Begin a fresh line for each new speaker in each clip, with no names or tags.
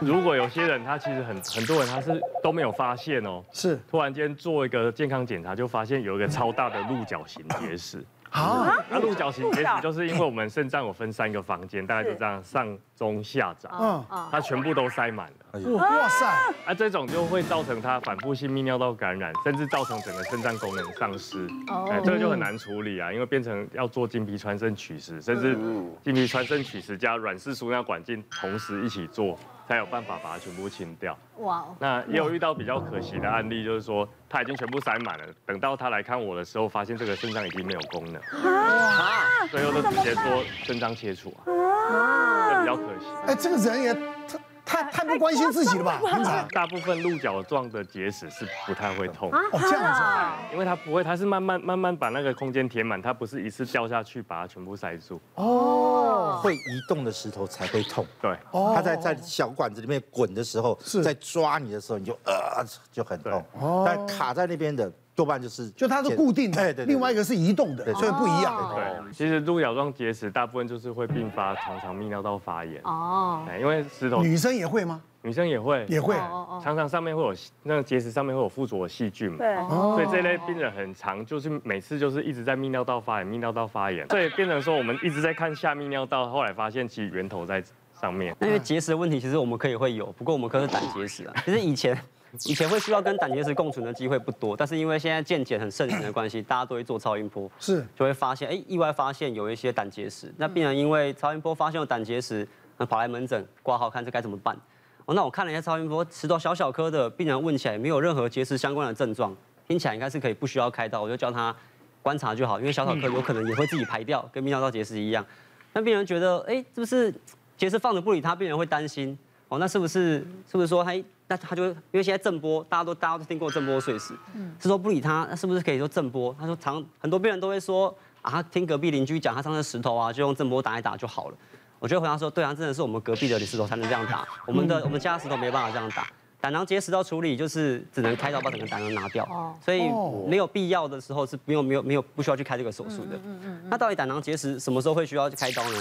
如果有些人他其实很很多人他是都没有发现哦，
是
突然间做一个健康检查就发现有一个超大的鹿角形结石。
啊，
那鹿角形结石就是因为我们肾脏有分三个房间，大概就这样上中下长，
嗯，
它全部都塞满了。
哎
哇哇塞，
啊，这种就会造成他反复性泌尿道感染，甚至造成整个肾脏功能丧失。
哦
哦、这个就很难处理啊，因为变成要做经皮穿肾取石，甚至经皮穿肾取石加软式输尿管镜同时一起做，才有办法把它全部清掉。
哇哦，
那也有遇到比较可惜的案例，就是说他已经全部塞满了，等到他来看我的时候，发现这个肾脏已经没有功能，
啊
最后都直接说肾脏切除啊，
哦
这比较可惜。
哎，这个人也太太太不关心自己了吧？平
啊
常
大部分鹿角状的结石是不太会痛，
哦这样子啊，
因为它不会，它是慢慢慢慢把那个空间填满，它不是一次掉下去把它全部塞住。
哦
会移动的石头才会痛。
对，
哦
它在在小管子里面滚的时候，
是
在抓你的时候，你就呃就很痛。
哦
但卡在那边的多半就是
就它是固定
对
的
对，对，
另外一
个
个是哦移动的，
对
所以不一样。
对，其实鹿角状结石大部分就是会并发常常泌尿道发炎，
哦，
哎因为石头
女生也会吗？
女生也会，
也会
哦哦哦，
常常上面会有细那个结石上面会有附着细菌嘛，
对，
所以这
哦
类病人很常就是每次就是一直在泌尿道发炎，泌尿道发炎，所以变成说我们一直在看下泌尿道，后来发现其实源头在上面。
那因为结石的问题，其实我们科也会有，不过我们科是胆结石啊。其实以前以前会需要跟胆结石共存的机会不多，但是因为现在健检很盛行的关系，大家都会做超音波，
是
就会发现，哎，意外发现有一些胆结石。那病人因为超音波发现有胆结石，那跑来门诊挂号看这该怎么办？哦，那我看了一下超音波，石头小小颗的，病人问起来没有任何结石相关的症状，听起来应该是可以不需要开刀，我就叫他观察就好，因为小小颗有可能也会自己排掉，跟泌尿道结石一样。那病人觉得，哎，是不是结石放着不理他，病人会担心。哦，那是不是是不是说他那他就因为现在震波，大家都大家都听过震波碎石，是说不理他，那是不是可以说震波？他说常很多病人都会说啊，他听隔壁邻居讲他上次石头啊，就用震波打一打就好了。我就会回答说，对啊，真的是我们隔壁的石头才能这样打，我们的我们家的石头没办法这样打。胆囊结石要处理，就是只能开刀把整个胆囊拿掉
哦，
所以
哦
没有必要的时候是没有没有没有不需要去开这个手
嗯
术的。那到底胆囊结石什么时候会需要开刀呢？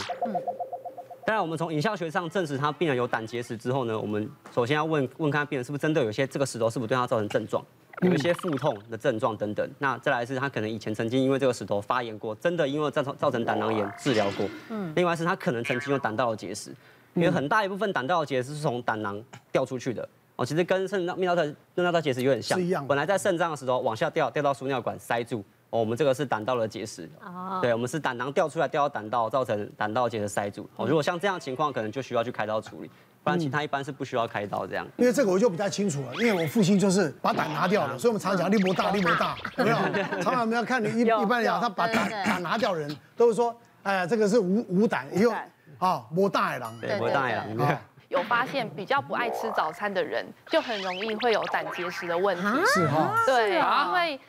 当然，我们从影像学上证实他病人有胆结石之后呢，我们首先要问问看病人是不是真的有一些这个石头是不是对他造成症状，有一些腹痛的症状等等。那再来是他可能以前曾经因为这个石头发炎过，真的因为造成造成胆囊炎治疗过。嗯，另外是他可能曾经有胆道的结石，因为很大一部分胆道的结石是从胆囊掉出去的。哦，其实跟肾脏泌尿道泌尿道结石有点像，
是一样的
本来在肾脏的石头往下掉，掉到输尿管塞住。哦，我们这个是胆道的结石，
哦，
对，我们是胆囊掉出来掉到胆道，造成胆道结石塞住。哦，如果像这样的情况，可能就需要去开刀处理，不然其他一般是不需要开刀这样。
因为这个我就比较清楚了，因为我父亲就是把胆拿掉了，
啊
所以我们常讲力博大，力博大，有没有？常常我们要看你一
有
一般人啊，
有
他把胆
对对对
胆拿掉的人，都是说，哎呀，这个是无无胆，也有啊，摸大野狼。
对，
对
我当然
啊
了。
有发现比较不爱吃早餐的人，就很容易会有胆结石的问题。
是哈，
对，
啊
因 为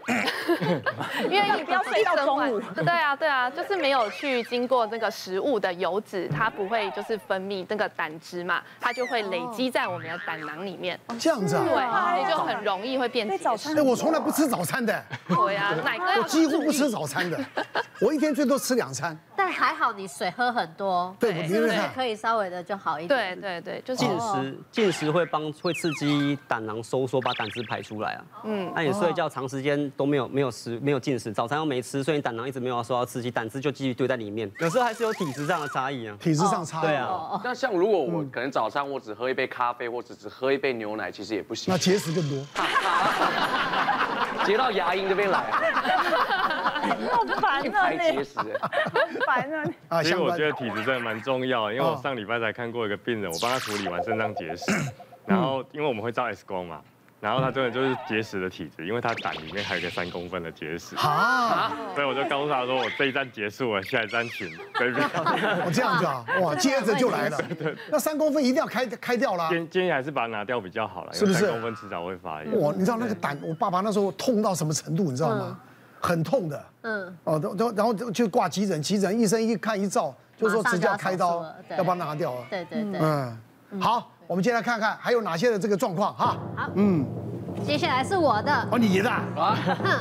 因为你不要睡到中午。对啊，对啊，就是没有去经过那个食物的油脂，它不会就是分泌那个胆汁嘛，它就会累积在我们的胆囊里面。
这样子
对，
啊。
所以就很容易会变结石。
哎，我从来不吃早餐的，
对啊，奶哥
我
要
几乎不吃早餐 的，我一天最多吃两餐。
但还好你水喝很多，
对，
对
你
是
认
不
识
是
他？
可以稍微的就好一
对
点？
对对，就是
进食进食会帮会刺激胆囊收缩，把胆汁排出来啊。嗯，那你睡觉长时间都没有没有食没有进食，早餐又没吃，所以你胆囊一直没有受到刺激，胆汁就继续堆在里面。有时候还是有体质上的差异啊。
体质上差。
对啊。，
那像如果我可能早上我只喝一杯咖啡，或者只喝一杯牛奶，其实也不行
那，结石更多。
结到牙龈这边来，
哦好烦啊
排结石。
烦啊！
啊，
其实
相
我
关
觉得体质真的蛮重要的，因为
嗯
我上礼拜才看过一个病人，我帮他处理完肾脏结 石，然
嗯
后因为我们会照 X 光嘛，然后他真的就是结石的体质，因为他胆里面还有一个三公分的结石，
啊，
所以我就告诉他说，我这一站结束了，下一站请 baby。
我这样子 啊，哇，接着就来了。那三公分一定要开开掉啦。
建建议还是把它拿掉比较好了，
是
因为
不是
三公分迟早会发炎。
哇，你知道那个胆，我爸爸那时候痛到什么程度，你知道吗？很痛的。
嗯，
哦，都都，然后就就挂急诊，急诊医生一看一照，就说
马上
直
就
接
要
要开
手术
刀
了，对
要把它拿掉了。
对对对。
嗯，好，我们接下来看看还有哪些的这个状况哈。
接下来是我的，
哦，你的啊，
嗯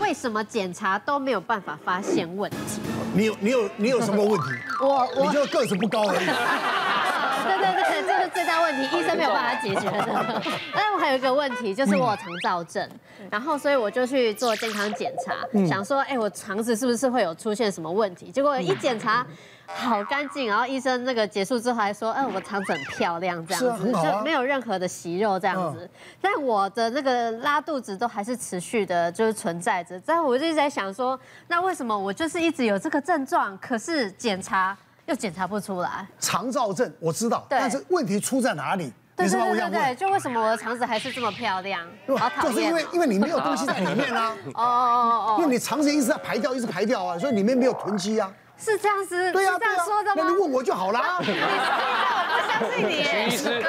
为什么检查都没有办法发现问题？
你有你有你有什么问题？
我
你
我
就个子不高而已。
对对对，对，这是最大问题，医生没有办法解决的。 但我还有一个问题，就是我有肠燥症，
嗯
然后所以我就去做健康检查，想说，哎，我肠子是不是会有出现什么问题？结果一检查。好干净，然后医生那个结束之后还说，哎，我肠子很漂亮，这样
是啊
子
很好啊嗯
就没有任何的息肉这样子。但我的那个拉肚子都还是持续的，就是存在着。但我就一直在想说，那为什么我就是一直有这个症状，可是检查又检查不出来？
肠燥症我知道，
对
但是问题出在哪里？
对
你是
对
吧？我
对
想
对
问
对，，就为什么我的肠子还是这么漂亮？ 好讨
就是
厌
因
哦！
为因为你没有东西在里面啊，
哦哦哦
因为
哦，
你肠子一直在排掉，一直排掉啊，所以里面没有囤积啊。
是这样子，是
对
这
呀、对
样
呀、
说的
那
吗
你？问我就好啦。
我不相信你。
徐医师，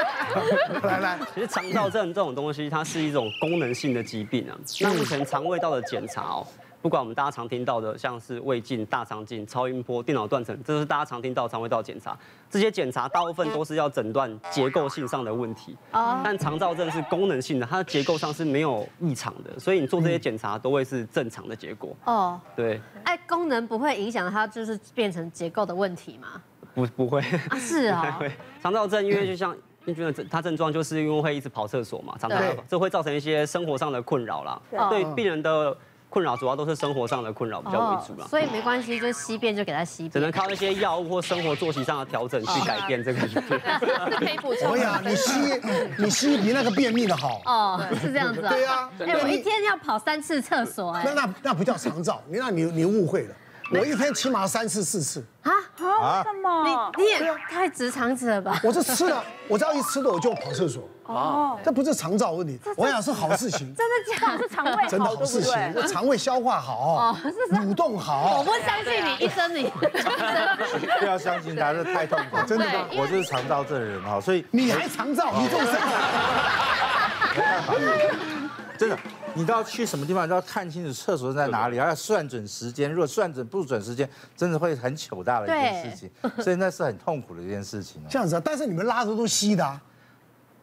来来，
其实肠燥症这种东西，它是一种功能性的疾病啊。那目前肠胃道的检查哦，不管我们大家常听到的，像是胃镜、大肠镜、超音波、电脑断层，这都是大家常听到肠胃道检查。这些检查大部分都是要诊断结构性上的问题。
哦
但肠燥症是功能性的，它的结构上是没有异常的，所以你做这些检查都会是正常的结果。
哦，
对，
哎，功能不会影响它，就是变成结构的问题吗？
不不会。
啊，是啊，
对，肠燥症因为就像英俊的症，他症状就是因为会一直跑厕所嘛，常常
对
这会造成一些生活上的困扰啦。
对哦
对病人的困扰主要都是生活上的困扰比较为
啊
主啦。
哦所以没关系，就吸便就给它吸
只
便。
能靠一些药物或生活作息上的调整
哦
去改变 这个。
是可以补充
我
的。
呀，你吸你吸比那个便秘的好。
哦，是这样子啊。
对呀、
哎，我一天要跑三次厕所哎
那。那那不叫肠燥，你那你你误会了。我一天起码三次四次，
啊，
啊，
什么？
你你
啊
也太直肠子了吧？
我这吃了，我只要一吃的我就跑厕所，
哦，
这不是肠燥问题，我想是好事情，
真的假的？是肠胃
真的
好，
好
对
事
不
情
对，？
这肠胃消化好，蠕动
我
好
不，相信
啊
你，医生你，
不要相信他，这太痛苦，
哦真的吗
我就是肠道症人哈，所以
你还肠燥，你众生。
真的，你都要去什么地方，都要看清楚厕所在哪里，还要算准时间。如果算准不准时间，真的会很糗大的一件事情，所以那是很痛苦的一件事情
这
哦。
样子啊，但是你们拉的都稀的、啊，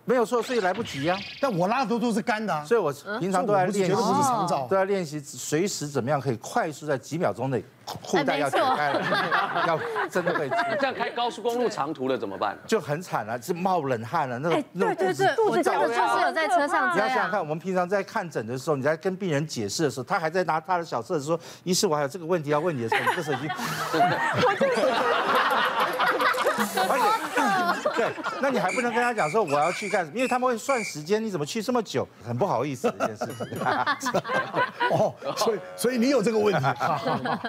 没有错，所以来不及啊。
但我拉的都是干的、啊，
所以我平常都在
我不是
练
觉
习，
得不是肠燥
都在练习，随时怎么样可以快速在几秒钟内
哎
裤带要解开了， 要真的可以
这样开高速公路长途了怎么办？
就很惨了，是冒冷汗啊了，那
哎
个那种肚子
我真的就是有在车上
你
这
要想想看，
样。
我们平常在看诊的时候，你在跟病人解释的时候，他还在拿他的小册子说：“医师，我还有这个问题要问你的时候，你这手机。” 而且，对，那你还不能跟他讲说我要去干什么，因为他们会算时间，你怎么去这么久？很不好意思的一件事情。
哦，所以所以你有这个问题，哈哈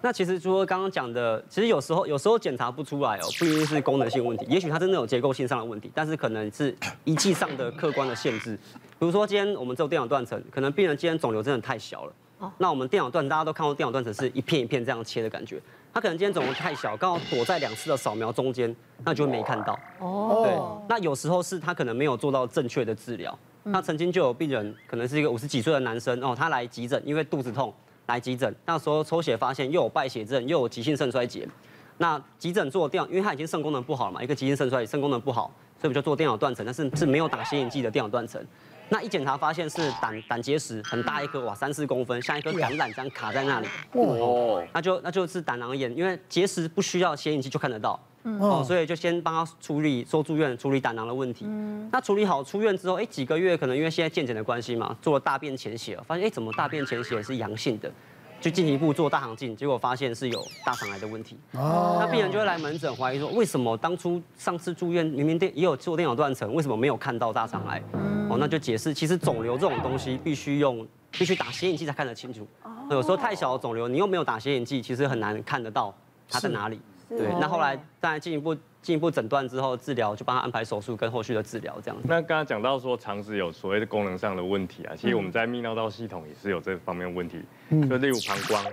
那其实除了刚刚讲的，其实有时候有时候检查不出来哦，不一定是功能性问题，也许它真的有结构性上的问题，但是可能是仪器上的客观的限制。比如说今天我们只有电脑断层，可能病人今天肿瘤真的太小了。那我们电脑断层大家都看过，电脑断层是一片一片这样切的感觉，它可能今天肿瘤太小，刚好躲在两次的扫描中间，那你就会没看到。对
哦，，
那有时候是他可能没有做到正确的治疗。那曾经就有病人，可能是一个五十几岁的男生哦，他来急诊，因为肚子痛来急诊。那时候抽血发现又有败血症，又有急性肾衰竭。那急诊做电脑，因为他已经肾功能不好了嘛，一个急性肾衰竭，肾功能不好，所以我们就做电脑断层，但是是没有打显影剂的电脑断层。那一检查发现是胆胆结石，很大一颗，哇，三四公分，像一颗橄榄这样卡在那里。
哦，
那就那就是胆囊炎，因为结石不需要显影剂就看得到，
嗯
哦，所以就先帮他处理，说住院处理胆囊的问题。那处理好出院之后，哎，几个月可能因为现在健检的关系嘛，做了大便潜血，发现哎怎么大便潜血是阳性的，就进一步做大肠镜，结果发现是有大肠癌的问题。
哦
那病人就会来门诊怀疑说，为什么当初上次住院明明电也有做电脑断层，为什么没有看到大肠癌？哦，那就解释，其实肿瘤这种东西必须用必须打显影剂才看得清楚。有时候太小的肿瘤，你又没有打显影剂，其实很难看得到它在哪里。对，那后来当然进一步进一步诊断之后，治疗就帮他安排手术跟后续的治疗这样子。
那刚刚讲到说肠子有所谓的功能上的问题啊，其实我们在泌尿道系统也是有这方面的问题，就例如膀胱，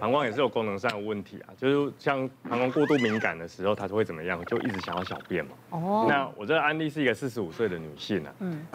膀胱也是有功能上的问题啊，就是像膀胱过度敏感的时候，它就会怎么样，就一直想要小便嘛。
哦
那我这个案例是一个四十五岁的女性啊，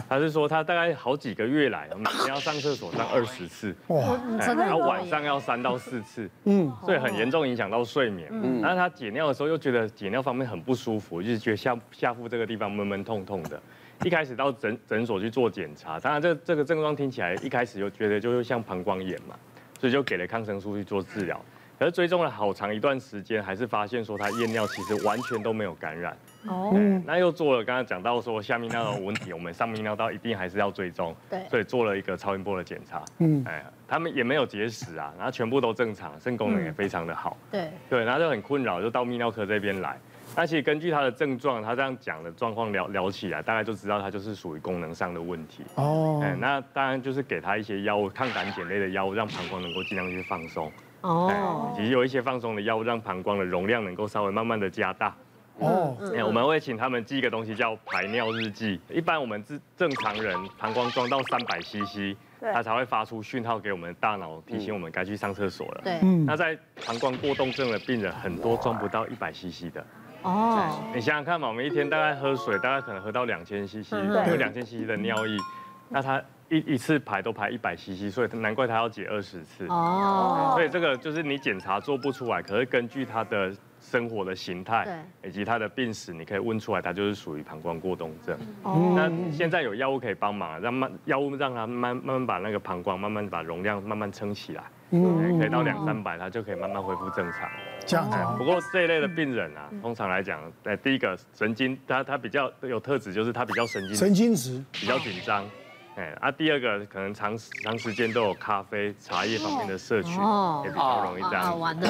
她是说她大概好几个月来，每天要上厕所上二十次，
哇，
嗯
哎
真的
然后
很多
晚
耶
上要三到四次，嗯，所以很严重影响到睡眠。嗯，但是他解尿的时候又觉得解尿方面很不舒服，就是觉得下下腹这个地方闷闷痛痛的。一开始到诊诊所去做检查，当然这这个症状听起来一开始就觉得就是像膀胱炎嘛，所以就给了抗生素去做治疗。可是追踪了好长一段时间，还是发现说他验尿其实完全都没有感染。
哦
哦，那又做了，刚刚讲到说下泌尿道的问题，我们上泌尿道一定还是要追踪，
对
所以做了一个超音波的检查，嗯，哎，他们也没有结石啊，然后全部都正常，肾功能也非常的好，
对，
对，然后就很困扰，就到泌尿科这边来。那其实根据他的症状，他这样讲的状况聊聊起来，啊大概就知道他就是属于功能上的问题。
哦，
哎，那当然就是给他一些药物，抗胆碱类的药物，让膀胱能够尽量去放松。
哦，
其实有一些放松的药物，让膀胱的容量能够稍微慢慢的加大。
哦，
哎，我们会请他们记一个东西叫排尿日记。一般我们正正常人膀胱装到三百 CC，
对
它才会发出讯号给我们的大脑，提醒我们该去上厕所了。
对，
那在膀胱过动症的病人，很多装不到一百 CC 的。
哦，
你想想看嘛，我们一天大概喝水，大概可能喝到两千 CC，
嗯对
有两千 CC 的尿液，那他一一次排都排一百 CC，所以难怪他要解二十次。
哦，
所以这个就是你检查做不出来，可是根据他的生活的形态以及他的病史，你可以问出来，他就是属于膀胱过动症。
哦
那现在有药物可以帮忙，让慢药物让他慢慢慢把那个膀胱慢慢把容量慢慢撑起来，对可以到两三百，他就可以慢慢恢复正常。
这样子
哎
哦，
不过这一类的病人啊，通常来讲，哎，第一个神经，他他比较有特质，就是他比较神经
神经质，
比较紧张，哎，啊，第二个可能长时长时间都有咖啡、茶叶方面的摄取，
哦
也比较容易这
好
样。
玩的。